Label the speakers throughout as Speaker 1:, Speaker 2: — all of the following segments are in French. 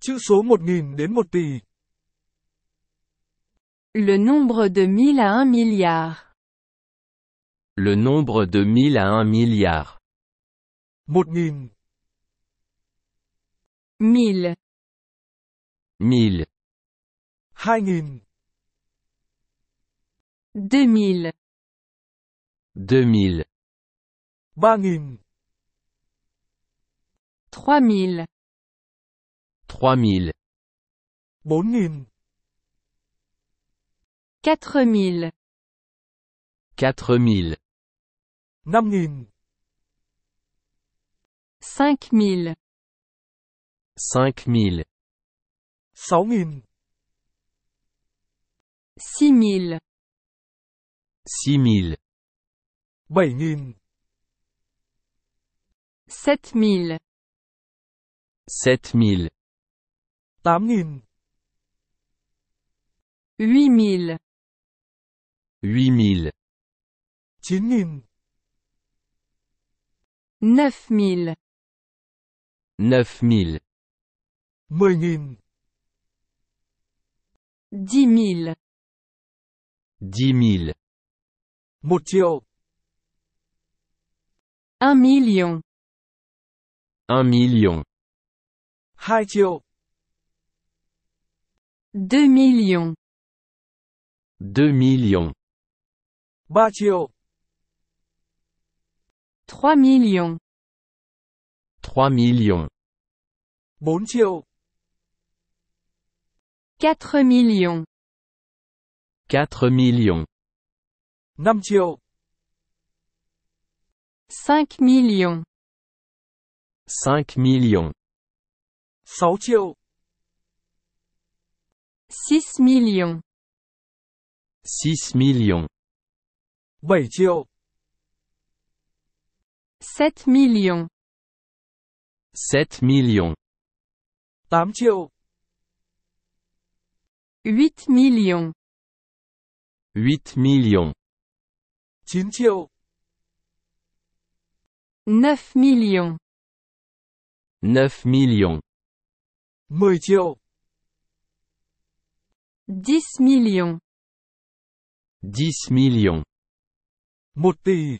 Speaker 1: Chữ số 1000 đến 1 tỷ.
Speaker 2: Le nombre de 1000 à 1 milliard.
Speaker 3: Le nombre de 1000 à 1 milliard.
Speaker 1: 1000,
Speaker 2: 1000,
Speaker 3: 1000,
Speaker 1: 2000,
Speaker 2: 2000,
Speaker 3: 2000,
Speaker 1: 3000,
Speaker 2: 3000,
Speaker 3: 3000,
Speaker 1: 4000,
Speaker 2: 4000,
Speaker 3: 4000,
Speaker 1: 5000,
Speaker 2: 5000,
Speaker 3: 5000,
Speaker 1: 6000,
Speaker 2: 6000,
Speaker 1: 7000,
Speaker 3: 6000,
Speaker 2: 7000,
Speaker 3: 7000,
Speaker 1: 8000,
Speaker 2: 8000,
Speaker 3: 8000,
Speaker 1: 9000,
Speaker 2: 9000,
Speaker 3: 9000,
Speaker 1: 10000,
Speaker 2: 10 000,
Speaker 3: 10 000,
Speaker 1: 1 triệu,
Speaker 2: 1 million,
Speaker 3: 1 million,
Speaker 1: 2 triệu,
Speaker 2: 2 millions,
Speaker 3: 2 millions,
Speaker 1: 3 triệu,
Speaker 2: 3 millions,
Speaker 3: 3 millions,
Speaker 1: 4 triệu,
Speaker 2: 4 millions,
Speaker 3: 4 millions,
Speaker 1: 5 triệu,
Speaker 2: 5 millions,
Speaker 3: 5 millions,
Speaker 1: 6 triệu,
Speaker 2: 6 millions,
Speaker 3: 6 millions,
Speaker 1: 7 triệu,
Speaker 2: 7 millions,
Speaker 3: 7 millions,
Speaker 1: 8 triệu,
Speaker 2: 8 millions,
Speaker 3: 8 millions,
Speaker 1: 9 triệu,
Speaker 2: 9 millions,
Speaker 3: 9 millions,
Speaker 1: 10 triệu,
Speaker 2: 10 millions,
Speaker 3: 10 millions,
Speaker 1: 1 tỷ,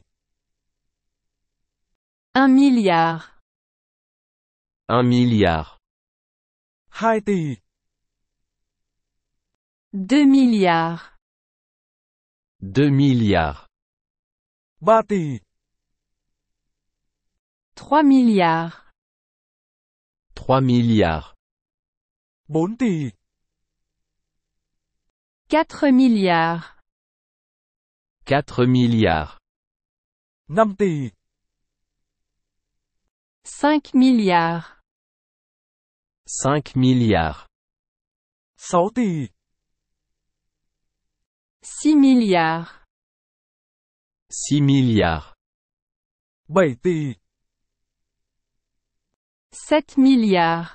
Speaker 2: 1 milliard,
Speaker 3: 1 milliard,
Speaker 1: 2 tỷ,
Speaker 2: 2 milliards,
Speaker 3: 2 milliards,
Speaker 1: 3 tỷ,
Speaker 2: 3 milliards,
Speaker 3: 3 milliards,
Speaker 1: 4 tỷ,
Speaker 2: 4 milliards,
Speaker 3: 4 milliards,
Speaker 1: 5 tỷ,
Speaker 2: 5 milliards,
Speaker 3: 5 milliards,
Speaker 1: 6 tỷ,
Speaker 2: 6 milliards,
Speaker 3: 6 milliards,
Speaker 1: 7 tỷ,
Speaker 2: 7 milliards,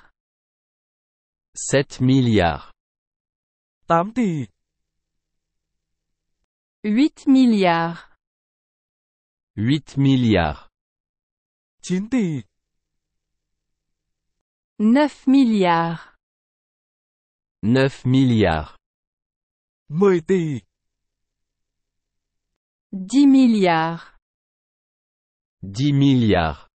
Speaker 3: 7 milliards,
Speaker 1: 8 tỷ,
Speaker 2: 8 milliards,
Speaker 3: 8 milliards,
Speaker 1: 9 tỷ,
Speaker 2: 9 milliards,
Speaker 3: 9 milliards,
Speaker 1: 10 tỷ,
Speaker 2: 10 milliards,
Speaker 3: 10 milliards,